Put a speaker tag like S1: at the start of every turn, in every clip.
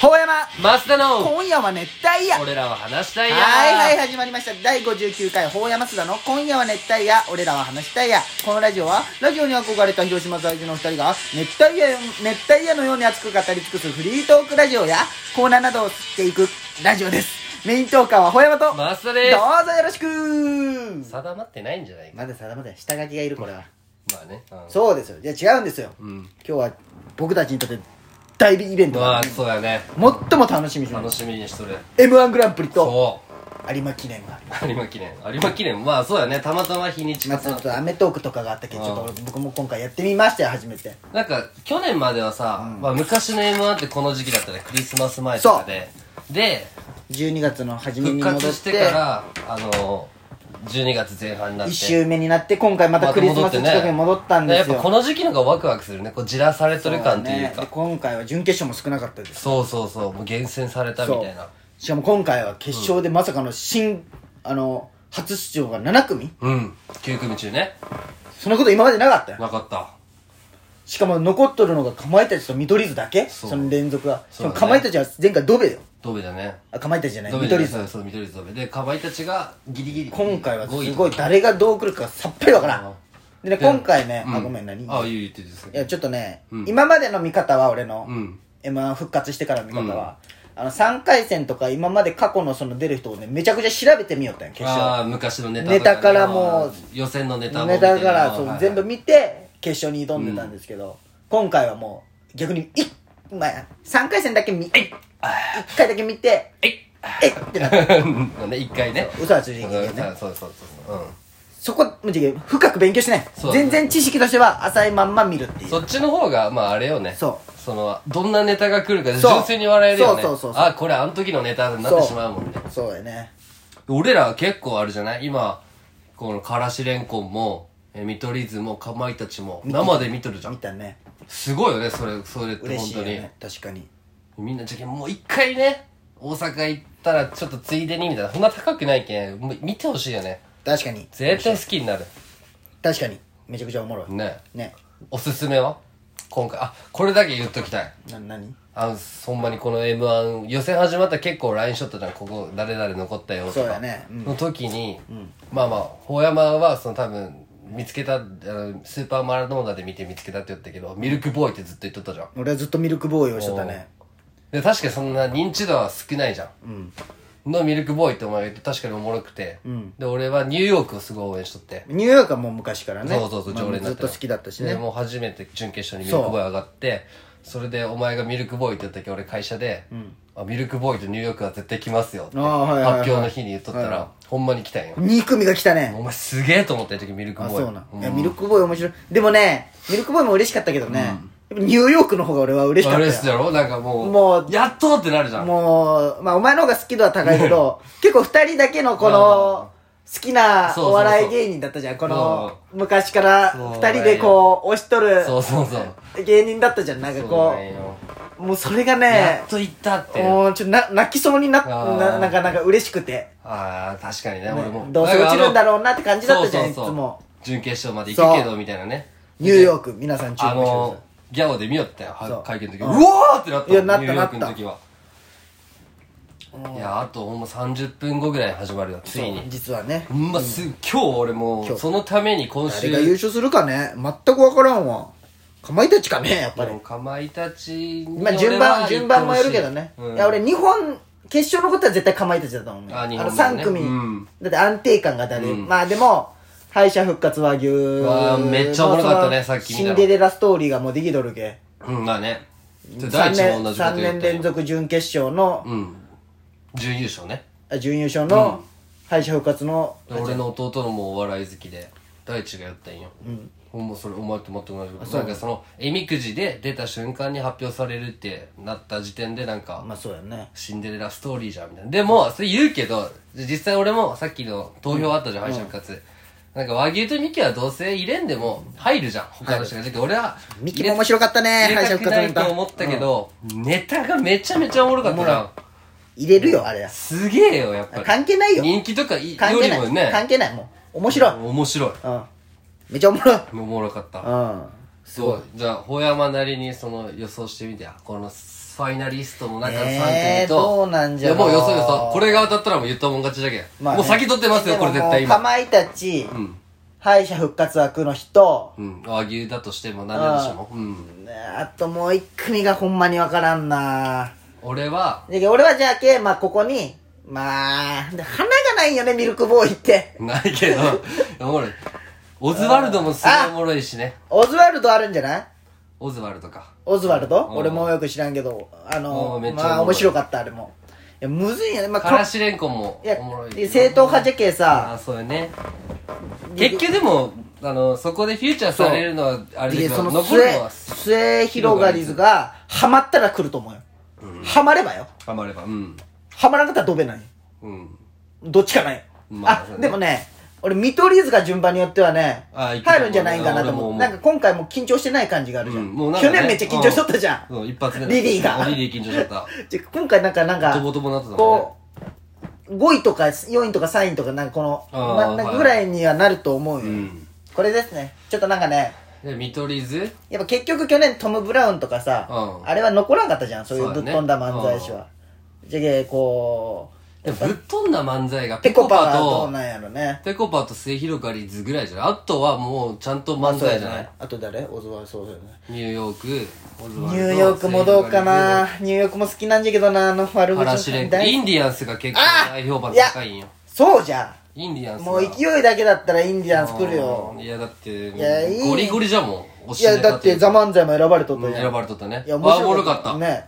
S1: ほうやま
S2: 増田の
S1: 今夜は熱帯夜
S2: 俺らは話したいや
S1: はいはい始まりました第59回ほうやますだの今夜は熱帯夜俺らは話したいやこのラジオはラジオに憧れた広島在住の二人が熱帯夜熱帯夜のように熱く語り尽くすフリートークラジオやコーナーなどをしていくラジオですメイントーカーはほうやまとどう
S2: 増田です
S1: ぞよろしく
S2: 定まってないんじゃないか
S1: まだ定まだ下書きがいるこれは
S2: まあねうん
S1: そうですよじゃあ違うんですよ
S2: うん
S1: 今日は僕たちにとって大イベント
S2: ま
S1: が
S2: あそうやね
S1: 最も楽しみにしてま
S2: 楽
S1: す
S2: しみにしとる
S1: m 1グランプリと
S2: そ
S1: 有馬記念があります
S2: う有馬記念有馬記念まあそうやねたまたま日にち
S1: ま
S2: が
S1: あち
S2: さ
S1: ょっと『アメトーク』とかがあったけどちょっと俺僕も今回やってみましたよ初めて
S2: なんか去年まではさまあ昔の m 1ってこの時期だったねクリスマス前とかでで
S1: 12月の初め
S2: 復
S1: に戻
S2: 活
S1: っ
S2: しててからあの12月前半になっ
S1: 1
S2: て
S1: 周目になって今回またクリスマス近くに戻ったんです
S2: やっぱこ
S1: よ
S2: の時期の方がワクワクするねこうじらされとる感っていう
S1: そうねで
S2: か
S1: 今回は準決勝も少なかったです
S2: そうそうそうもう厳選されたみたいな
S1: そうしかも今回は決勝でまさかの新あの初出場が7組
S2: うん9組中ね
S1: そんなこと今までなかったよ
S2: なかった
S1: しかも残っとるのがかまいたちと見取り図だけ
S2: そう
S1: その連続がし
S2: そう
S1: かもか
S2: だね
S1: まいたちは前回ドベよ
S2: ドベだね
S1: あかまいたちじゃない
S2: ド
S1: 見
S2: ベだ
S1: 取
S2: ね
S1: り図
S2: そうそう見取り図ドベでかまいたちがギリギリ
S1: 今回はす
S2: 五
S1: ご
S2: 位
S1: い
S2: とか
S1: 誰がどう来るかさっぱりわから
S2: うん
S1: んでね今回ね、
S2: う
S1: あごめん何い
S2: ああいう言ってるんです
S1: やちょっとね、
S2: うん
S1: 今までの見方は俺の、
S2: うん
S1: m 1復活してからの見方は、あの3回戦とか今まで過去のその出る人をねめちゃくちゃ調べてみよったんよ決
S2: あ
S1: 勝
S2: あ昔のネタ
S1: ネタからもう
S2: う予選のネタも
S1: ネタからそう、
S2: はい
S1: 全部見て決勝に挑んでたんですけど、今回はもう逆にいっ、まあ、3回戦だけ見1回だけ見て
S2: えい
S1: えっってなった
S2: ね一回ね
S1: 嘘は通じ
S2: う
S1: なんいけどね
S2: そうそうそうそう
S1: そこ無事深く勉強しない
S2: そう
S1: 全然知識としては浅いまんま見るってい
S2: うん
S1: う
S2: そっちの方がまああれよね
S1: そう
S2: そのどんなネタが来るかで
S1: そう
S2: 純粋に笑えるよね
S1: そうそうそうそう
S2: あこれあの時のネタになってしまうもんね
S1: そうやね
S2: 俺らは結構あるじゃない今このからしれんこんもえ見取り図もかまいたちも生で見とるじゃ
S1: 見
S2: ん
S1: たね
S2: すごいよねそれそれって
S1: 嬉
S2: 本
S1: しい
S2: 当
S1: よ
S2: に、
S1: ね確かに
S2: みんなじゃけんもう一回ね大阪行ったらちょっとついでにみたいなそんな高くないけんもう見てほしいよね
S1: 確かに
S2: 絶対好きになる
S1: 確かにめちゃくちゃおもろい
S2: ね
S1: ね
S2: おすすめは今回あこれだけ言っときたい
S1: な何
S2: あのほんまにこの m 1予選始まったら結構 LINE ショットじゃんここ誰々残ったよとか
S1: そうだねうん
S2: の時に、まあまあほうやまはその多分見つけたあのスーパーマラドーナで見て見つけたって言ったけどミルクボーイってずっと言っとったじゃん
S1: 俺はずっとミルクボーイをしとったね
S2: で確かにそんな認知度は少ないじゃん、のミルクボーイってお前が言って確かにおもろくて、で俺はニューヨークをすごい応援しとって、
S1: ニューヨークはもう昔からね
S2: そうそうそう
S1: まあ
S2: 常連だ
S1: ず
S2: っ
S1: った
S2: よ
S1: と好きだったし
S2: で
S1: ね
S2: もう初めて準決勝にミルクボーイ上がってそれでお前がミルクボーイって言った時俺会社で、あミルクボーイとニューヨークは絶対来ますよって
S1: あー
S2: 発
S1: はいはいはい
S2: 表の日に言っとったら、ほんまに来たんよ、
S1: 2組が来たね
S2: お前すげえと思ったよ時ミルクボ
S1: あ
S2: ーイ
S1: そうなん
S2: うん
S1: いやミルクボーイ面白いでもねミルクボーイも嬉しかったけどねやっぱニューヨークの方が俺は嬉しか
S2: あ
S1: った
S2: れっす
S1: よ
S2: だろなんかもう
S1: もう
S2: やっとってなるじゃん
S1: もうまあお前の方が好き度は高いけど結構2人だけのこの好きな
S2: そうそうそう
S1: お笑い芸人だったじゃんこの昔から
S2: そう
S1: 2人でこう押しとる
S2: そうそうそう
S1: 芸人だったじゃんなんか
S2: そう
S1: こ
S2: なんよ
S1: うもうそれがね
S2: やっと行ったって
S1: もうちょっとな泣きそうにな
S2: あー
S1: ななんかなんか嬉しくて、
S2: ああ確かにね俺も
S1: どうせ落ちるんだ
S2: ろ
S1: ろうなって感じだったじゃんいつも
S2: 準決勝まで行くけ
S1: そ
S2: どみたいなね
S1: ニューヨーク皆さん注目
S2: あ
S1: してください、
S2: のギャオで見よったよ
S1: そう
S2: 会見の時
S1: う
S2: うんわーってなった
S1: いやなった
S2: ニューヨー
S1: な
S2: クの
S1: った
S2: 時はいやあとほんま30分後ぐらいに始まるよつい
S1: そう
S2: に
S1: 実はね
S2: ほんます今日俺も
S1: 今
S2: う
S1: 日
S2: そのために今
S1: 誰が優
S2: 週
S1: 勝するかね全く分からんわかまいたちかねやっぱり
S2: かまいたちに
S1: まあ順
S2: 俺
S1: 番
S2: は
S1: 順番もやるけどね、
S2: うん
S1: いや俺日本決勝のことは絶対かまいたちだと思うね
S2: あ日
S1: の
S2: 本のね
S1: 3組、
S2: うん
S1: だって安定感が誰、
S2: うん
S1: まあでも敗者復活和牛
S2: わあめっちゃおもろかったねさっき見
S1: シ
S2: た
S1: ン
S2: の
S1: デレラストーリーがもうできとるけ
S2: うんまあねちょ
S1: 3
S2: 第一も
S1: 年
S2: 同じこと言
S1: 3
S2: った
S1: 年連続準決勝の、
S2: うん準優勝ね
S1: あ準優勝の敗者復活の、
S2: で俺の弟のもうお笑い好きで大地がやったんよ、ほんまそれお前と全く同じことなんかそのえみくじで出た瞬間に発表されるってなった時点でなんか、
S1: まあそうやね
S2: シンデレラストーリーじゃんみたいなでもそれ言うけど実際俺もさっきの投票あったじゃん敗者復活、なんか和牛とミキはどうせ入れんでも入るじゃん他の人がじゃけど俺は
S1: ミキも面白かったね
S2: 入
S1: 敗
S2: れ
S1: 者
S2: た
S1: 復
S2: く
S1: 活
S2: な
S1: の
S2: いと思
S1: 歌
S2: ったけど、ネタがめちゃめちゃおもろかったな
S1: 入れるよあれ
S2: すげえよやっぱり
S1: 関係ないよ
S2: 人気とかいよ
S1: 関係
S2: り
S1: な
S2: も
S1: い、
S2: ね
S1: 関係ないもう面白い、
S2: 面白い
S1: うんめちゃおもろい
S2: おもろかった
S1: うんす
S2: そ
S1: ごいう
S2: じゃあほやまなりにその予想してみてやこのファイナリストの中の3
S1: ねえ
S2: 組と、
S1: どうなんじゃ
S2: い
S1: ろ
S2: や
S1: う
S2: もうよそよそこれが当たったらもう言ったもん勝ちだけん、
S1: まあね
S2: もう先取ってますよこれ絶対
S1: でももうか
S2: 今
S1: まいたち、
S2: うん
S1: 敗者復活枠の人、
S2: うん和牛だとしても何だとしてもうん
S1: あともう一組がほんまにわからんな
S2: 俺は
S1: で俺はじゃあけ、まあ、ここに、まあ、で花がないよね、ミルクボーイって。
S2: ないけど おもろいオズワルドもすごいおもろいしね
S1: オズワルドあるんじゃない
S2: オズワルドか
S1: オズワルド
S2: うん
S1: 俺もよく知らんけど、あの
S2: うんめっ、ちゃ
S1: まあ
S2: おもろい
S1: 面白かった、あれも。いや、むずいよね。まあ、こ
S2: からしれんこんも
S1: いや
S2: おもろい、
S1: 正統派じゃけ
S2: あ
S1: さ、
S2: あそうよね結局でもあのそこでフューチャーされるのはあれで
S1: です
S2: け
S1: そ
S2: ど
S1: の
S2: 残るの
S1: 末
S2: は、
S1: 末広がりずが、ハマったら来ると思うよ。ハマればよ。
S2: 頑張ればうん
S1: ハマらなかったらドベないよ。
S2: うん
S1: どっちかないよ。
S2: まあ
S1: あ
S2: そう、ね
S1: でもね、俺、見取り図が順番によってはね、
S2: あ
S1: 入
S2: いけた
S1: るんじゃないんかなと
S2: 俺も
S1: 思
S2: 思
S1: う。
S2: う
S1: なんか今回も緊張してない感じがあるじゃ。
S2: うんんもうなんか
S1: 去
S2: ね
S1: 年めっちゃ緊張しとったじゃん。
S2: そう一発で
S1: リリーが
S2: リリー緊張しちゃった
S1: ちょ今回なんか、なんか、
S2: とぼとぼなってたもんね
S1: こう、5位とか4位とか3位とか、なんかこの、
S2: あー
S1: 真ん中ぐらいにはなると思うよ、
S2: ん
S1: これですね。ちょっとなんかね、
S2: で見取り図
S1: やっぱ結局去年トム・ブラウンとかさ、
S2: うん
S1: あれは残らんかったじゃん、そういう
S2: そう
S1: ぶ
S2: だ
S1: っ
S2: ね
S1: 飛んだ漫才師は。じゃけ、こう、
S2: でもぶっ飛んだ漫才が
S1: ペ
S2: ペ
S1: コ
S2: コ
S1: パ
S2: パ
S1: はどう
S2: と
S1: なんやろね。
S2: ペコパと末広がり図ぐらいじゃないあとはもうちゃんと漫才じゃない
S1: あと誰オズワルドそうだよね。
S2: ニューヨークオズ
S1: ニ
S2: ワ
S1: ュ
S2: ルド
S1: ーヨークもどうかなニューヨークも好きなんじゃけどなあの悪
S2: 末広が
S1: 口
S2: り原シレンコ
S1: 大
S2: インディアンスが結構大評判高いんよ
S1: そうじゃ
S2: インディアン
S1: ん
S2: ス
S1: もう勢いだけだったらインディアンス来るよ
S2: うんいやだって
S1: やいい
S2: ゴリゴリじゃんもん推
S1: い
S2: しネ
S1: や
S2: タ
S1: だって「ザ・漫才も選ばれとった
S2: うん
S1: じゃん
S2: 選ばれとったね
S1: いや、
S2: あ
S1: 面
S2: おも
S1: 白
S2: ろ
S1: か
S2: か
S1: っ。
S2: ったた
S1: ね。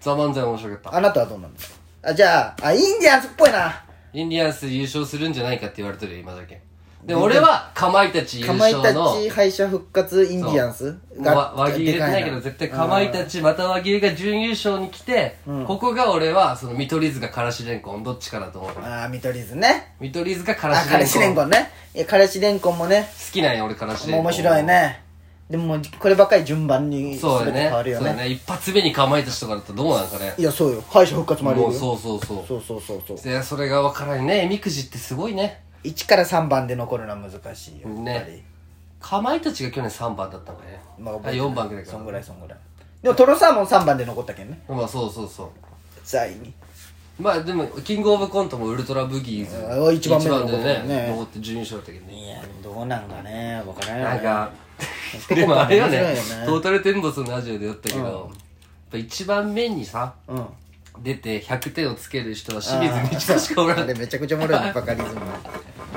S2: ザ・漫才面白かった
S1: あなたはどうなんですかあ、じゃあ、あ、インディアンスっぽいな。
S2: インディアンス優勝するんじゃないかって言われてるよ今だけでも俺はかまいたち優
S1: かまい
S2: 勝
S1: た
S2: の
S1: ち敗者復活インディアンス
S2: わ和牛入れてないけど
S1: でか
S2: 絶対かまいたちまた和牛が準優勝に来て、ここが俺はその見取り図がからしれんこんどっちかなと思う
S1: あー、見取り図ね。
S2: 見取り図がか
S1: あ、から
S2: ら
S1: し
S2: し
S1: れん
S2: れんこん
S1: こんね。いや、からしれんこんもね、
S2: 好きなんよ俺からしれん
S1: も
S2: こ
S1: う面白いね。でも、こればっかり順番に
S2: そう
S1: 全
S2: だ
S1: て
S2: ね
S1: 変わるよ
S2: そうだ
S1: ね。
S2: ね一発目にかまいたちとかだとどうなんかね
S1: いや、そうよ。敗者復活もあるよ
S2: もう。そうそうそう
S1: そうそうそうそう。
S2: でそれが分からんねえみくじってすごいね
S1: 1から3番で残るのは難しいよ。やっぱり
S2: ねかまいたちが去年3番だったのね、
S1: ま
S2: まあ、
S1: あ
S2: 4番ぐらいか
S1: そんぐ
S2: ら
S1: らいそんぐらい。でも、トロサーモン3番で残ったけんね。
S2: まあそうそうそう
S1: 在に。
S2: まあでもキングオブコントもウルトラブギーズ
S1: あ一番目
S2: 一
S1: の
S2: 番で
S1: 残ったね
S2: ね残って準優勝だったけどね
S1: いや、どうなんかね。わからんよね
S2: なんか、
S1: ペコ
S2: でも
S1: パ
S2: あ
S1: ンね
S2: れよね
S1: 面白いよね
S2: トータルテンボスのラジオでやったけど、やっぱ一番目にさ、
S1: うん。
S2: 出て100点をつける人は清水美智子しかおらん
S1: あれめちゃくちゃおもろ いなバカリズム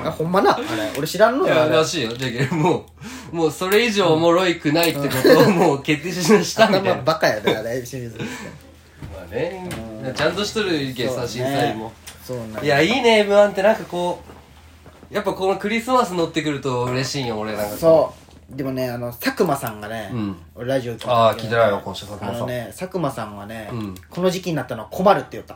S1: あほんまなあれ俺知らんの
S2: い
S1: よ
S2: や
S1: あれ
S2: らしいよ。だけど、もう、もうそれ以上おもろいくないってことをもう決定したみたいな
S1: 頭。バカやであれ清水
S2: まあね、ちゃんとしとるけさ、審査員も。
S1: そうなんだ
S2: いや、いいね、M1 ってなんかこう、やっぱこのクリスマス乗ってくると嬉しいよ、俺なんか。
S1: そうでもねあの佐久間さんがね、
S2: うん
S1: 俺ラジオ聞いた
S2: ああ、聞いてないよ、今週佐久
S1: あ
S2: 間さ
S1: の
S2: ん。
S1: ね佐久間さんはね、
S2: うん
S1: この時期になったのは困るって言った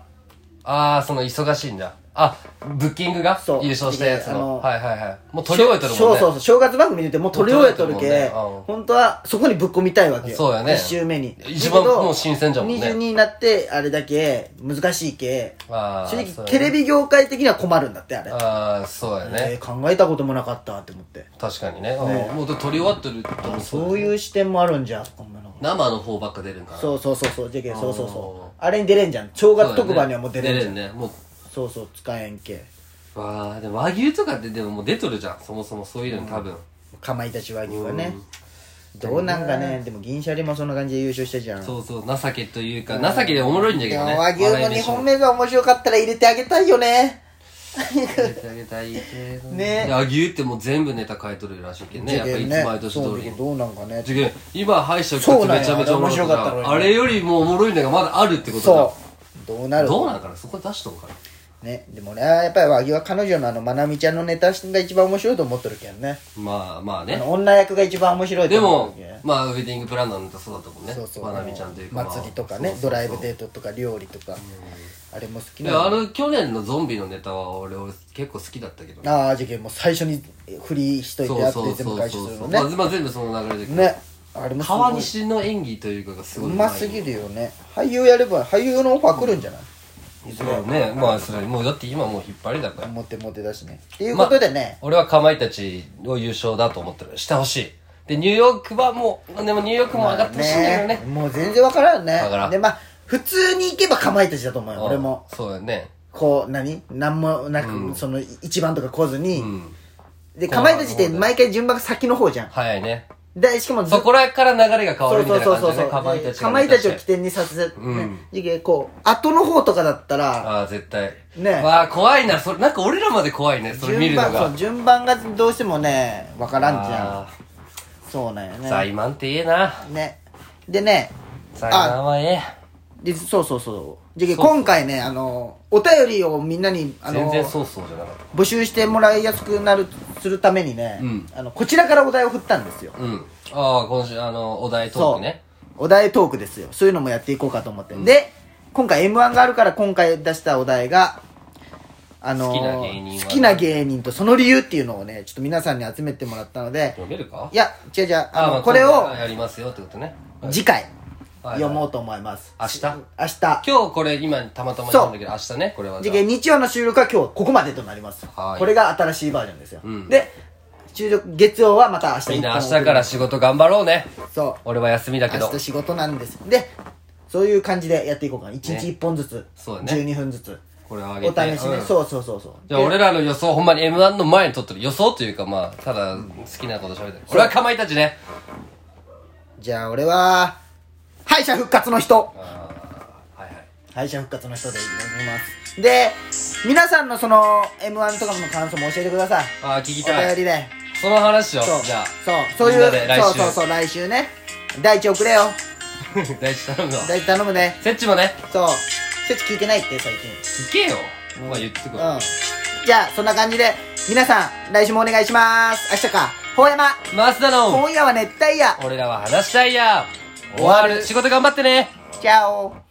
S2: ああ、その忙しいんだ。あ、ブッキングが
S1: そう
S2: 優勝したやつ
S1: あの
S2: の。はいはいはい。もう取り終えとるもん
S1: そう
S2: ね。
S1: そうそう正月番組でてもう取り終えとるけ、
S2: もう取り終えとるもんねうん
S1: 本当はそこにぶっ込みたいわけよ
S2: そうやね
S1: 1週目に
S2: 一番もう新鮮じゃもんね
S1: 22になってあれだけ難しいけ
S2: あー
S1: 正
S2: そ
S1: 直
S2: うや
S1: テ
S2: ね
S1: レビ業界的には困るんだってあれ
S2: ああ、そうや
S1: え
S2: ね。
S1: ー考えたこともなかったって思って
S2: 確かにね。うんもう取り終わってると思う
S1: そういう視点もあるんじゃんこんなの
S2: 生の方ばっか出るんかな。
S1: そうそうそうそうじゃけそうそうそ
S2: お
S1: うあれに出れんじゃん正
S2: そうだよ
S1: 月
S2: ね
S1: 特番にはもう出れんじゃん、
S2: 出れんね。も
S1: そうそう使えんけ
S2: う、わあ、でも和牛とかってでももう出とるじゃん。そもそもそういうの多分。
S1: かまいたち和牛はね、どうなんかねでも銀シャリもそんな感じで優勝したじゃん
S2: そうそう、情けというか、情けでおもろいんだけ
S1: で
S2: ど
S1: も
S2: ね。
S1: 和牛の
S2: 笑い
S1: 2
S2: 飯も
S1: 本目が面白かったら入れてあげたいよね
S2: 入れてあげたいけど
S1: ね
S2: で和牛ってもう全部ネタ変えとるらしいけどね。やっぱいつも毎年通
S1: そうだ
S2: り
S1: け
S2: に
S1: ど。どうなんかね
S2: 受験今敗者復活めちゃめちゃ面白かった
S1: そうなんや
S2: あれよりもおもろいのがまだあるってことだ
S1: そうどうなる
S2: どうなんかなそこ出しとんかな
S1: ねでもねやっぱり和牛は彼女のあのまなみちゃんのネタが一番面白いと思ってるけどね
S2: まあまあ
S1: あ
S2: ね
S1: の女役が一番面白い
S2: で
S1: と思っ
S2: も
S1: てるけど
S2: まあウェディングプランナーのネタそうだったもんね
S1: そうそう
S2: まなみちゃんというかまあ
S1: 祭りとかね
S2: そうそうそう
S1: ドライブデートとか料理とかあれも好き
S2: で
S1: なの
S2: あの去年のゾンビのネタは俺俺結構好きだったけど
S1: ああ事件もう最初に振りしといてやって
S2: そう
S1: 全
S2: そ
S1: 部
S2: う
S1: 回
S2: そ
S1: 収す
S2: う
S1: る
S2: そ
S1: の
S2: う
S1: ね
S2: まあまあ全部その流れで
S1: ねあれもすご
S2: 川
S1: い
S2: 西の演技というかがす
S1: う
S2: ごいう
S1: ま
S2: い
S1: すぎるよね俳優やれば俳優のオファー来るんじゃない、
S2: そうねまあそれもうだって今もう引っ張りだから
S1: モテモテだしねっていうことでね、
S2: 俺はかまいたちを優勝だと思ってるしてほしいでニューヨークはもうでもニューヨークも上がってほしいんだけどね
S1: もう全然わからんね
S2: わからん
S1: でまあ普通に行けば構えたちだと思うよ、俺も。
S2: そうだね
S1: こう、何何もなく、
S2: うん
S1: その、一番とか来ず
S2: う
S1: に。
S2: ん
S1: で、
S2: 後
S1: 構
S2: 半
S1: えたちって
S2: の方で
S1: 毎回順番が先の方じゃん。
S2: 早いね
S1: で、しかもずっ
S2: そこらから流れが変わ
S1: そ
S2: る
S1: うそ
S2: みたいうな
S1: そうそ
S2: 感
S1: う
S2: じ
S1: そ
S2: だ
S1: う。
S2: ねかまいたち
S1: かまいたちを起点にさせて、
S2: うん
S1: ね。じげこう、後の方とかだったら、
S2: ああ絶対
S1: ね
S2: わあ怖いなそれなんか俺らまで怖いねそれ見
S1: 順
S2: るの
S1: 番、
S2: が
S1: そう、順番がどうしてもね、わからんじゃん。
S2: あ
S1: そうなんよ
S2: ー財
S1: ね。
S2: 満って言えな
S1: ね。でね、
S2: 財満はええ
S1: でそうそうそう。じゃけ
S2: そうそう
S1: 今回ね、あの、お便りをみんなに、あ
S2: 全
S1: の、
S2: 然そうそうじゃなかっ
S1: 募集してもらいやすくなる、するためにね、
S2: うん
S1: あの、こちらからお題を振ったんですよ。
S2: たうんああ今週あのお題トークね
S1: そう。お題トークですよ。そういうのもやっていこうかと思って。で、今回 M1 があるから今回出したお題が、あの
S2: 好きな芸人は
S1: 好きな芸人とその理由っていうのをね、ちょっと皆さんに集めてもらったので、
S2: 読めるか
S1: いや、違う違う、あの、
S2: ま
S1: これ
S2: 今
S1: を
S2: 回やりますよってことねはい
S1: 次回
S2: はい
S1: 読もうと思います。
S2: 明日
S1: 明日。
S2: 今日これ今たまたま読んだけど明日ねこれはじ
S1: 次
S2: ゃ
S1: 元日曜の収録は今日ここまでとなります。
S2: はい
S1: これが新しいバージョンですよ。
S2: うん
S1: で、収録、月曜はまた明日
S2: あみんな明
S1: 一
S2: 日
S1: 本送る
S2: から仕事頑張ろうね
S1: そう。
S2: 俺は休みだけど
S1: 明日仕事なんですでそういう感じでやっていこうかな1日1本ずつ、
S2: そうだね
S1: 12分ずつ
S2: これを
S1: お
S2: あげて
S1: 試しね、
S2: うん
S1: そうそうそうそう
S2: じゃあ
S1: で
S2: 俺らの予想ほんまに m 1の前に撮ってる予想というかまあただ好きなこと喋ってる俺はかまいたちね
S1: じゃあ俺は敗者復活の人
S2: あーはいはい
S1: 敗者復活の人でいますで皆さんのその m 1とかの感想も教えてください
S2: あー聞きたい
S1: お便りで
S2: その話を
S1: そう
S2: じゃ
S1: そうそうい
S2: みん
S1: う
S2: なで来週
S1: そうそうそう来週ね大地送れよ
S2: あ 大事頼むわ
S1: 大地頼むね
S2: せっちもね
S1: そうせち聞いてないって最近
S2: 聞けよまあ言ってくる
S1: うんじゃあそんな感じで皆さん来週もお願いします明日かほうやま
S2: マスダの
S1: 今夜は熱帯夜
S2: 俺らは話したいや終わ
S1: 終わ
S2: る
S1: る
S2: 仕事頑張ってね
S1: チャオ